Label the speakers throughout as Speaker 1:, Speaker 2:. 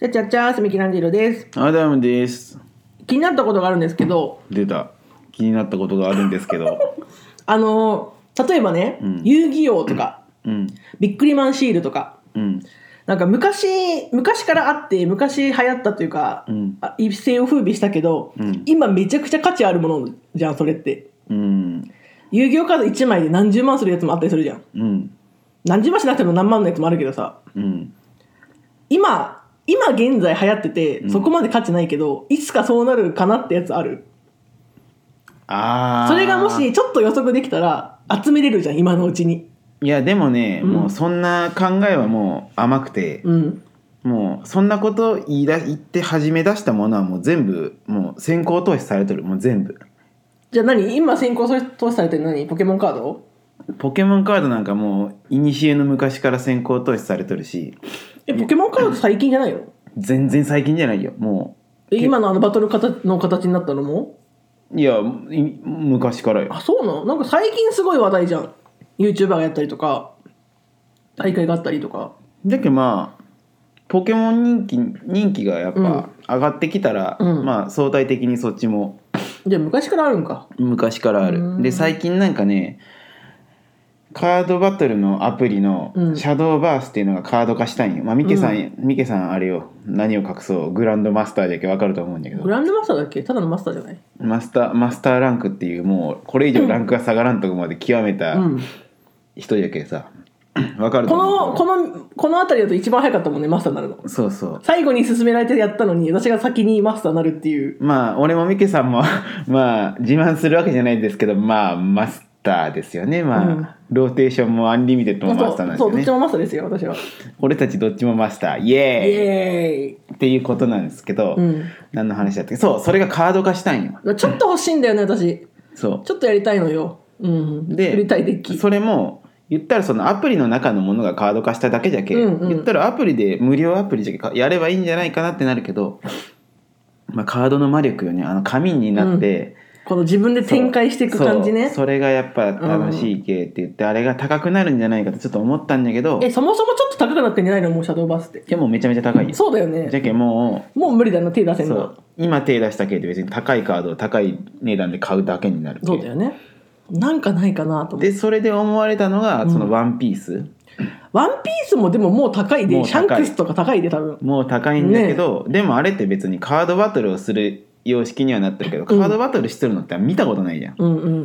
Speaker 1: じゃちゃっちゃーすみきらんじろです
Speaker 2: アダムです
Speaker 1: 気になったことがあるんですけど
Speaker 2: 出た気になったことがあるんですけど
Speaker 1: あのー例えばね、
Speaker 2: うん
Speaker 1: 遊戯王とか
Speaker 2: うん
Speaker 1: ビックリマンシールとか
Speaker 2: うん
Speaker 1: なんか昔昔からあって昔流行ったというか、
Speaker 2: うん
Speaker 1: あ一世を風靡したけど、
Speaker 2: うん
Speaker 1: 今めちゃくちゃ価値あるものじゃんそれって
Speaker 2: うん
Speaker 1: 遊戯王カード1枚で何十万するやつもあったりするじゃん
Speaker 2: うん
Speaker 1: 何十万しなくても何万のやつもあるけどさ
Speaker 2: うん
Speaker 1: 今今現在流行っててそこまで価値ないけど、いつかそうなるかなってやつある
Speaker 2: ああ
Speaker 1: それがもしちょっと予測できたら集めれるじゃん今のうちに
Speaker 2: いやでもね、
Speaker 1: うん
Speaker 2: もうそんな考えはもう甘くて、
Speaker 1: うん
Speaker 2: もうそんなこと言いだ言って始め出したものはもう全部もう先行投資されとるもう全部
Speaker 1: じゃあ何今先行投資されてる何ポケモンカード
Speaker 2: ポケモンカードなんかもう古の昔から先行投資されとるし
Speaker 1: えポケモンカード最近じゃないよ
Speaker 2: 全然最近じゃないよも
Speaker 1: え今のあのバトル形の形になったのも
Speaker 2: ういやい昔からよ
Speaker 1: あそうなのなんか最近すごい話題じゃん YouTuber がやったりとか大会があったりとか
Speaker 2: だけどまあポケモン人気人気がやっ
Speaker 1: うん
Speaker 2: ぱ上がってきたら、
Speaker 1: うん
Speaker 2: まあ相対的にそっちも
Speaker 1: じゃあ昔からあるんか
Speaker 2: 昔からあ
Speaker 1: うん
Speaker 2: るで最近なんかねカードバトルのアプリの
Speaker 1: うん
Speaker 2: シャドーバースっていうのがカード化したんよ、まあミケさん、ミケさんあれよ何を隠そうグランドマスターだけわかると思うんだけ
Speaker 1: グ
Speaker 2: ど
Speaker 1: ランドマスターだっけただのマスターじゃない
Speaker 2: マスターマスターランクっていうもうこれ以上ランクが下がらんとこまで極めた
Speaker 1: うん
Speaker 2: 人やけさ わかると
Speaker 1: こ
Speaker 2: 思う
Speaker 1: のこのこの辺りだと一番早かったもんねマスターになるの
Speaker 2: そうそう
Speaker 1: 最後に進められてやったのに私が先にマスターになるっていう
Speaker 2: まあ俺もミケさんも まあ自慢するわけじゃないですけどまあマスターですよねまあ、
Speaker 1: うん
Speaker 2: ローテーションもアンリミテッドもマスターなんです
Speaker 1: そうそう
Speaker 2: よ
Speaker 1: どっ
Speaker 2: ね
Speaker 1: ちもマスターですよ私は
Speaker 2: 俺たちどっちもマスターイ
Speaker 1: イ
Speaker 2: エーイ
Speaker 1: エ
Speaker 2: っていうことなんですけど、
Speaker 1: ーイ、うん
Speaker 2: 何の話だったっけそうそれがカード化したんよ
Speaker 1: ちょっと欲しいんだよね私
Speaker 2: そ
Speaker 1: ちょっとやりたいのよ、うん、
Speaker 2: で
Speaker 1: 作りたいデッ
Speaker 2: う
Speaker 1: キ
Speaker 2: それも言ったらそのアプリの中のものがカード化しただけじゃけ、
Speaker 1: うんうん
Speaker 2: 言ったらアプリで無料アプリじゃけかやればいいんじゃないかなってなるけど、まあ、カードの魔力よねあの紙になって、
Speaker 1: この自分で展開していく感じ
Speaker 2: そう
Speaker 1: ね
Speaker 2: それがやっぱ楽しい系って言って、あれが高くなるんじゃないかとちょっと思ったんだけど
Speaker 1: えそもそもちょっと高くなってんじゃないのもうシャドーバースって
Speaker 2: でもめちゃめちゃ高いよ
Speaker 1: そうだよね
Speaker 2: じゃけんも
Speaker 1: もう無理だな手出
Speaker 2: う
Speaker 1: せん
Speaker 2: そ
Speaker 1: な
Speaker 2: う今手出した系って別に高いカードを高い値段で買うだけになるけ
Speaker 1: そうだよねなんかないかなと思って
Speaker 2: でそれで思われたのがその「ワンピース、
Speaker 1: ワンピースもでももう高いで
Speaker 2: もう
Speaker 1: シャ
Speaker 2: 高
Speaker 1: ン
Speaker 2: い
Speaker 1: クスとか高いで多分
Speaker 2: もう高いんだけど、でもあれって別にカードバトルをする様式にはなってるけどカードバトルしてるのって見たことないじゃん、
Speaker 1: うんうん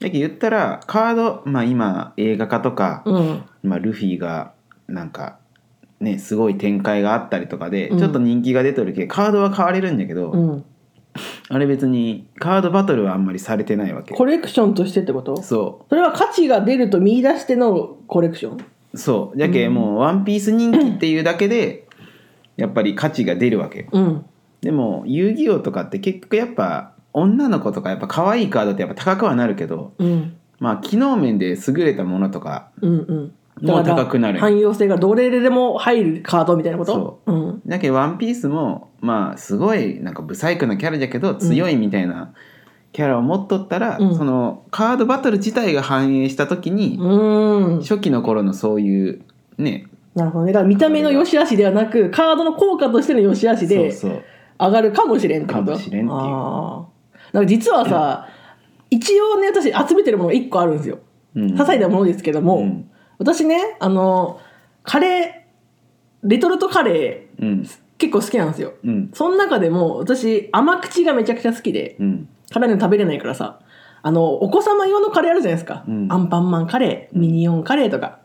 Speaker 2: だけど言ったらカードまあ今映画化とか、
Speaker 1: うん
Speaker 2: まあ、ルフィがなんかねすごい展開があったりとかで、
Speaker 1: うん
Speaker 2: ちょっと人気が出てるけどカードは買われるんだけど、
Speaker 1: うん
Speaker 2: あれ別にカードバトルはあんまりされてないわけ
Speaker 1: コレクションとしてってこと
Speaker 2: そ
Speaker 1: それは価値が出ると見出してのコレクション
Speaker 2: うそうじゃけ、
Speaker 1: うん
Speaker 2: もう「ワンピース人気っていうだけでやっぱり価値が出るわけよ
Speaker 1: うん
Speaker 2: でも遊戯王とかって結局やっぱ女の子とかやっぱ可愛いカードってやっぱ高くはなるけど
Speaker 1: うん
Speaker 2: まあ機能面で優れたものとか
Speaker 1: うんうん
Speaker 2: もう高くなる
Speaker 1: 汎用性がどれでも入るカードみたいなことう、ん、
Speaker 2: だけど「ワンピースもまあすごいなんかブサイクなキャラじゃけど強いみたいなキャラを持っとったら、
Speaker 1: うん
Speaker 2: そのカードバトル自体が反映した時に、
Speaker 1: うーん
Speaker 2: 初期の頃のそういうね
Speaker 1: なるほどねだから見た目の良し悪しではなくカードの効果としての良し悪しで
Speaker 2: そうそう
Speaker 1: 上がるかもしれんってこと
Speaker 2: かもしれんっていう
Speaker 1: あーなんか実はさ、一応ね私集めてるもの1個あるんですよ
Speaker 2: うん
Speaker 1: 些細なものですけども、
Speaker 2: うん
Speaker 1: 私ねあのカレーレトルトカレー
Speaker 2: うん
Speaker 1: 結構好きなんですよ
Speaker 2: うん
Speaker 1: その中でも私甘口がめちゃくちゃ好きで
Speaker 2: うん
Speaker 1: 辛いの食べれないからさあのお子様用のカレーあるじゃないですか、
Speaker 2: うん
Speaker 1: アンパンマンカレーミニオンカレーとか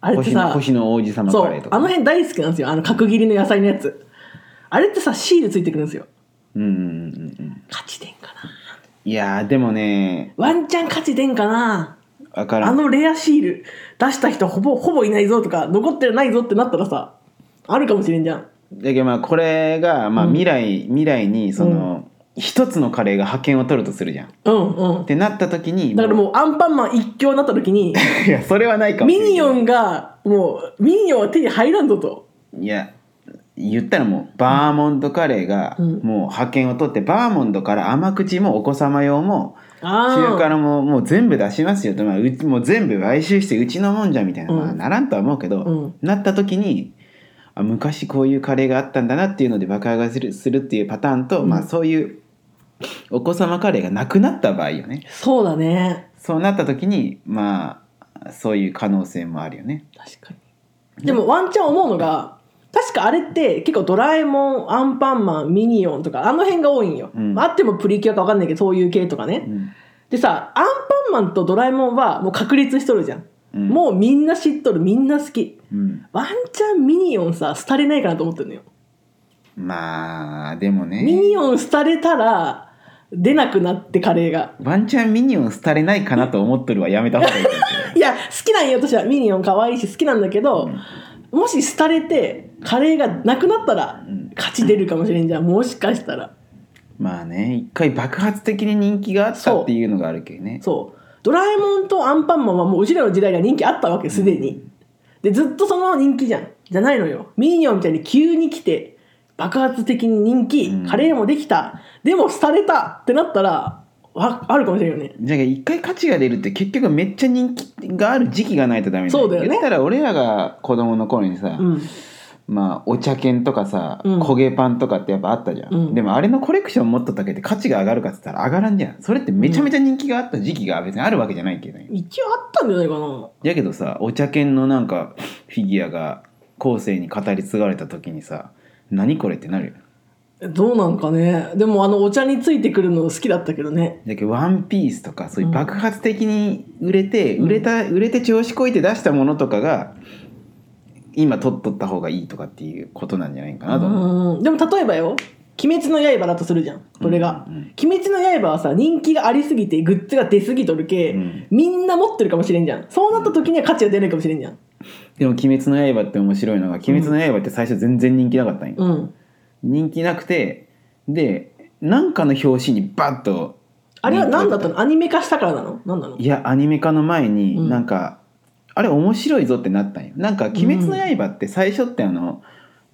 Speaker 1: あれって
Speaker 2: 星の
Speaker 1: さ
Speaker 2: 星の王子様
Speaker 1: そ
Speaker 2: カレー
Speaker 1: う
Speaker 2: とか
Speaker 1: あの辺大好きなんですよあの角切りの野菜のやつあれってさシールついてくるんですよ
Speaker 2: うんうんうんうん
Speaker 1: 勝ち点かない
Speaker 2: やーでもね
Speaker 1: ワンチャン勝ち点かな
Speaker 2: わから
Speaker 1: あ
Speaker 2: ん
Speaker 1: のレアシール出した人ほぼほぼいないぞとか残ってないぞってなったらさあるかもしれんじゃん
Speaker 2: だけどまあこれが、まあ、
Speaker 1: うん
Speaker 2: 未来、未来にその、一つのカレーが覇権を取るとするじゃんっ
Speaker 1: うんうん
Speaker 2: てなった時に
Speaker 1: だから
Speaker 2: も
Speaker 1: もうアンパンマン一強になった時 に
Speaker 2: ういやそれはないかもし
Speaker 1: ミ
Speaker 2: れない
Speaker 1: ニオンがもうミニオンは手に入らんぞと
Speaker 2: いや言ったらもうバーモントカレーが
Speaker 1: うん
Speaker 2: もう派遣を取ってバーモントから甘口もお子様用も
Speaker 1: あー
Speaker 2: 中辛ももう全部出しますよと、まあ、うちもう全部買収してうちのもんじゃみたいな、
Speaker 1: うん
Speaker 2: まあ、ならんとは思うけど、
Speaker 1: うん
Speaker 2: なった時にあ昔こういうカレーがあったんだなっていうので爆上がりするするっていうパターンと、
Speaker 1: うん
Speaker 2: まあそういうお子様カレーがなくなった場合よね
Speaker 1: そうだね
Speaker 2: そうなった時にまあそういう可能性もあるよね
Speaker 1: 確かにでもワンチャン思うのが確かあれって結構ドラえもんアンパンマンミニオンとかあの辺が多いんよ、
Speaker 2: うん
Speaker 1: まああってもプリキュアか分かんないけどそういう系とかね、
Speaker 2: うん
Speaker 1: でさアンパンマンとドラえもんはもう確立しとるじゃん、
Speaker 2: うん
Speaker 1: もうみんな知っとるみんな好き
Speaker 2: うん
Speaker 1: ワンチャンミニオンさ廃れないかなと思ってるのよ、
Speaker 2: まあでもね
Speaker 1: ミニオン廃れたら出なくなってカレーが
Speaker 2: ワンチャンミニオン廃れないかなと思っとるはやめた方がいいと思う
Speaker 1: いや好きなんよ私はミニオン可愛いし好きなんだけど、もし廃れてカレーがなくなったら
Speaker 2: うん
Speaker 1: 勝ち出るかもしれんじゃんもしかしたら
Speaker 2: まあね一回爆発的に人気があったっていうのがあるけどね
Speaker 1: そうドラえもんとアンパンマンはもううちらの時代が人気あったわけすでに、でずっとその人気じゃんじゃないのよミニオンみたいに急に来て爆発的に人気、
Speaker 2: うん
Speaker 1: カレーもできたでも廃れたってなったらわあるかもしれんよね
Speaker 2: じゃあ一回価値が出るって結局めっちゃ人気がある時期がないとダメ
Speaker 1: そうだよね
Speaker 2: 言ったら俺らが子供の頃にさ、
Speaker 1: うん
Speaker 2: まあお茶犬とかさ、
Speaker 1: うん
Speaker 2: 焦げパンとかってやっぱあったじゃん、
Speaker 1: うん
Speaker 2: でもあれのコレクション持っとったけど価値が上がるかっつったら上がらんじゃんそれってめちゃめちゃ人気があった時期が別にあるわけじゃないけどね、
Speaker 1: 一応あったんじゃないかな
Speaker 2: だけどさお茶犬のなんかフィギュアが後世に語り継がれた時にさ何これってなるよ
Speaker 1: どうなんかねでもあのお茶についてくるの好きだったけどね
Speaker 2: だけど「ワンピースとかそういう爆発的に売れて、売れた売れて調子こいて出したものとかが今取っとった方がいいとかっていうことなんじゃないかなと思う、
Speaker 1: うんでも例えばよ「鬼滅の刃」だとするじゃんこれが、
Speaker 2: うんうん
Speaker 1: 鬼滅の刃」はさ人気がありすぎてグッズが出すぎとるけ、
Speaker 2: うん
Speaker 1: みんな持ってるかもしれんじゃんそうなった時には価値が出ないかもしれんじゃん
Speaker 2: でも「鬼滅の刃」って面白いのが「鬼滅の刃」って最初全然人気なかったんよ、
Speaker 1: うん
Speaker 2: 人気なくてでなんかの表紙にバッと
Speaker 1: あれは
Speaker 2: 人気が
Speaker 1: 何だったのアニメ化したからなの何なの
Speaker 2: いやアニメ化の前
Speaker 1: う
Speaker 2: に
Speaker 1: ん
Speaker 2: なんか、あれ面白いぞってなったんよなんか「鬼滅の刃」って最初ってあの、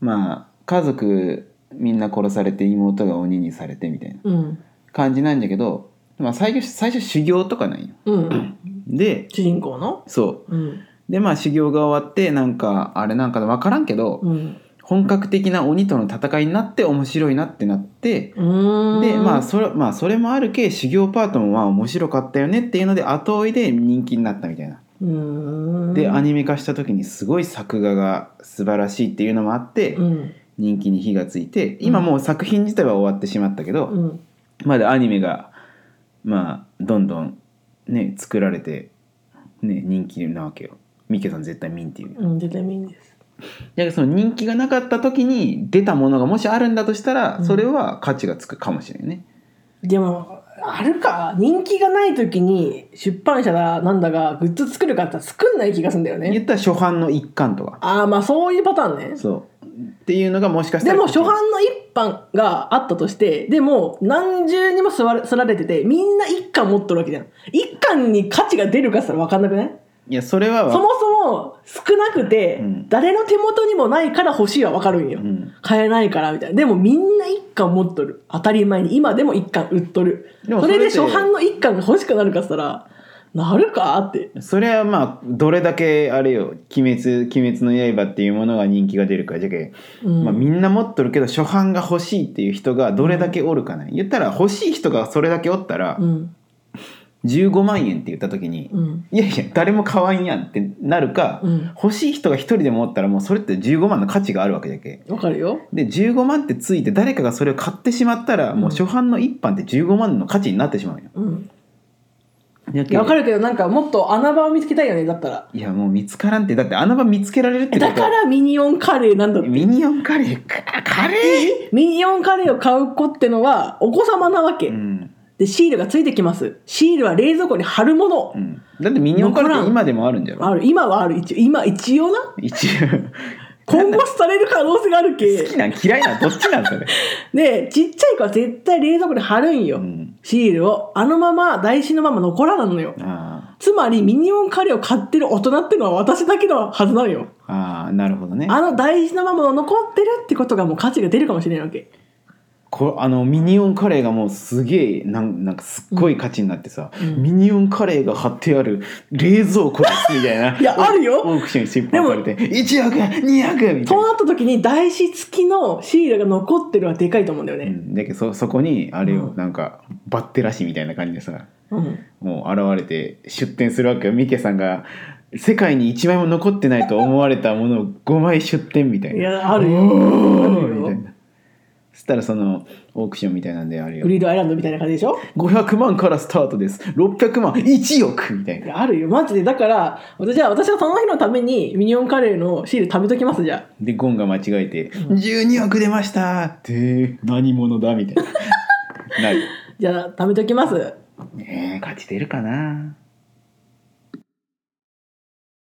Speaker 2: まあ家族みんな殺されて妹が鬼にされてみたいな
Speaker 1: うん
Speaker 2: 感じなんだけど、まあ、最初最初修行とかなんよ
Speaker 1: うん
Speaker 2: で
Speaker 1: 主人公の
Speaker 2: そ
Speaker 1: うん
Speaker 2: うでまあ修行が終わってなんかあれなんか分からんけど、
Speaker 1: うん
Speaker 2: 本格的な鬼との戦いになって面白いなってなって
Speaker 1: うーん
Speaker 2: でまあそれまあそれもあるけ修行パートもまあ面白かったよねっていうので後追いで人気になったみたいな
Speaker 1: うーん
Speaker 2: でアニメ化した時にすごい作画が素晴らしいっていうのもあって
Speaker 1: うん
Speaker 2: 人気に火がついて今もう作品自体は終わってしまったけど
Speaker 1: うん
Speaker 2: まだアニメがまあどんどんね作られてね人気なわけよ。ミケさん絶対ミンっていう。
Speaker 1: うん絶対見んです
Speaker 2: だからその人気がなかった時に出たものがもしあるんだとしたら
Speaker 1: うん
Speaker 2: それは価値がつくかもしれないね。
Speaker 1: でもあるか人気がない時に出版社だなんだがグッズ作るかって言ったら作んない気がするんだよ
Speaker 2: 言
Speaker 1: ね
Speaker 2: ったら初版の一環とか。
Speaker 1: ああまあそういうパターンね
Speaker 2: そうっていうのがもしかした
Speaker 1: で
Speaker 2: ら
Speaker 1: も初版の一版があったとしてでも何重にもすわれすられててみんな一巻持っとるわけじゃん一巻に価値が出るかっつったら分かんなくない
Speaker 2: いやそれは
Speaker 1: そもそも少なくて、
Speaker 2: うん
Speaker 1: 誰の手元にもないから欲しいは分かるんよ、
Speaker 2: うん
Speaker 1: 買えないからみたいなでもみんな一巻持っとる当たり前に今でも一巻売っとる
Speaker 2: でも
Speaker 1: それで
Speaker 2: それで
Speaker 1: 初版の一巻が欲しくなるかっつったらなるかって
Speaker 2: それはまあどれだけあれよ「鬼滅鬼滅の刃」っていうものが人気が出るかじゃけ、
Speaker 1: うん
Speaker 2: まあ、みんな持っとるけど初版が欲しいっていう人がどれだけおるかね、言ったら欲しい人がそれだけおったら
Speaker 1: うん
Speaker 2: 15万円って言った時に、
Speaker 1: うん
Speaker 2: いやいや誰も買わんやんってなるか、
Speaker 1: うん
Speaker 2: 欲しい人が一人でもおったらもうそれって15万の価値があるわけじゃけ
Speaker 1: わかるよ
Speaker 2: で15万ってついて誰かがそれを買ってしまったら、もう初版の一版って15万の価値になってしまうよ
Speaker 1: うん
Speaker 2: や
Speaker 1: い
Speaker 2: け
Speaker 1: やわかるけどなんかもっと穴場を見つけたいよねだったら
Speaker 2: いやもう見つからんってだってあの場見つけられるってこと
Speaker 1: だからミニオンカレーなんだって
Speaker 2: ミニオンカレーかカレー
Speaker 1: ミニオンカレーを買う子ってのはお子様なわけ、
Speaker 2: うん、
Speaker 1: でシールがついてきますシールは冷蔵庫に貼るもの、
Speaker 2: うん、だってミニオンカレーって今でもあるんじゃろ
Speaker 1: ある今はある一応今一応な
Speaker 2: 一
Speaker 1: 今後される可能性がある
Speaker 2: 応好き
Speaker 1: け
Speaker 2: なん嫌いなんどっちなんそれ、
Speaker 1: でちっちゃい子は絶対冷蔵庫に貼るんよ、
Speaker 2: うん、
Speaker 1: シールをあのまま台紙のまま残らんのよ
Speaker 2: あ
Speaker 1: つまりミニオンカレーを買ってる大人ってのは私だけのはずなのよ
Speaker 2: ーあーなるほどね
Speaker 1: あの台紙のまま残ってるってことがもう価値が出るかもしれないわけ
Speaker 2: こあのミニオンカレーがもうすげえなんなんかすっごい価値になってさ、
Speaker 1: うん
Speaker 2: ミニオンカレーが貼ってある冷蔵庫ですみたいな
Speaker 1: いやあるよ
Speaker 2: オークション出版されて1億円2億円みたい
Speaker 1: そう
Speaker 2: な、
Speaker 1: なった時に台紙付きのシールが残ってるはでかいと思うんだよ
Speaker 2: う
Speaker 1: ね。
Speaker 2: ん、だけどそそこにあれよ、
Speaker 1: うん
Speaker 2: なんかバッテラ紙みたいな感じでさ
Speaker 1: うん。
Speaker 2: もう現れて出店するわけよミケさんが世界に1枚も残ってないと思われたものを5枚出店みたい
Speaker 1: い
Speaker 2: な
Speaker 1: や、あ
Speaker 2: あ
Speaker 1: るよ。ある
Speaker 2: みたい
Speaker 1: よ。
Speaker 2: なそしたらそのオークションみたいなんであるよ
Speaker 1: グリードアイランドみたいな感じでしょ
Speaker 2: 500万からスタートです600万1億みたい
Speaker 1: い
Speaker 2: な
Speaker 1: や、あるよ。マジで。だから、私は、私はその日のためにミニオンカレーのシール食べときます、じゃあ。
Speaker 2: でゴンが間違えて「12億出ました!」って何者 だみたいななる
Speaker 1: じゃあ、食べときます。
Speaker 2: ねえ勝ち出るかな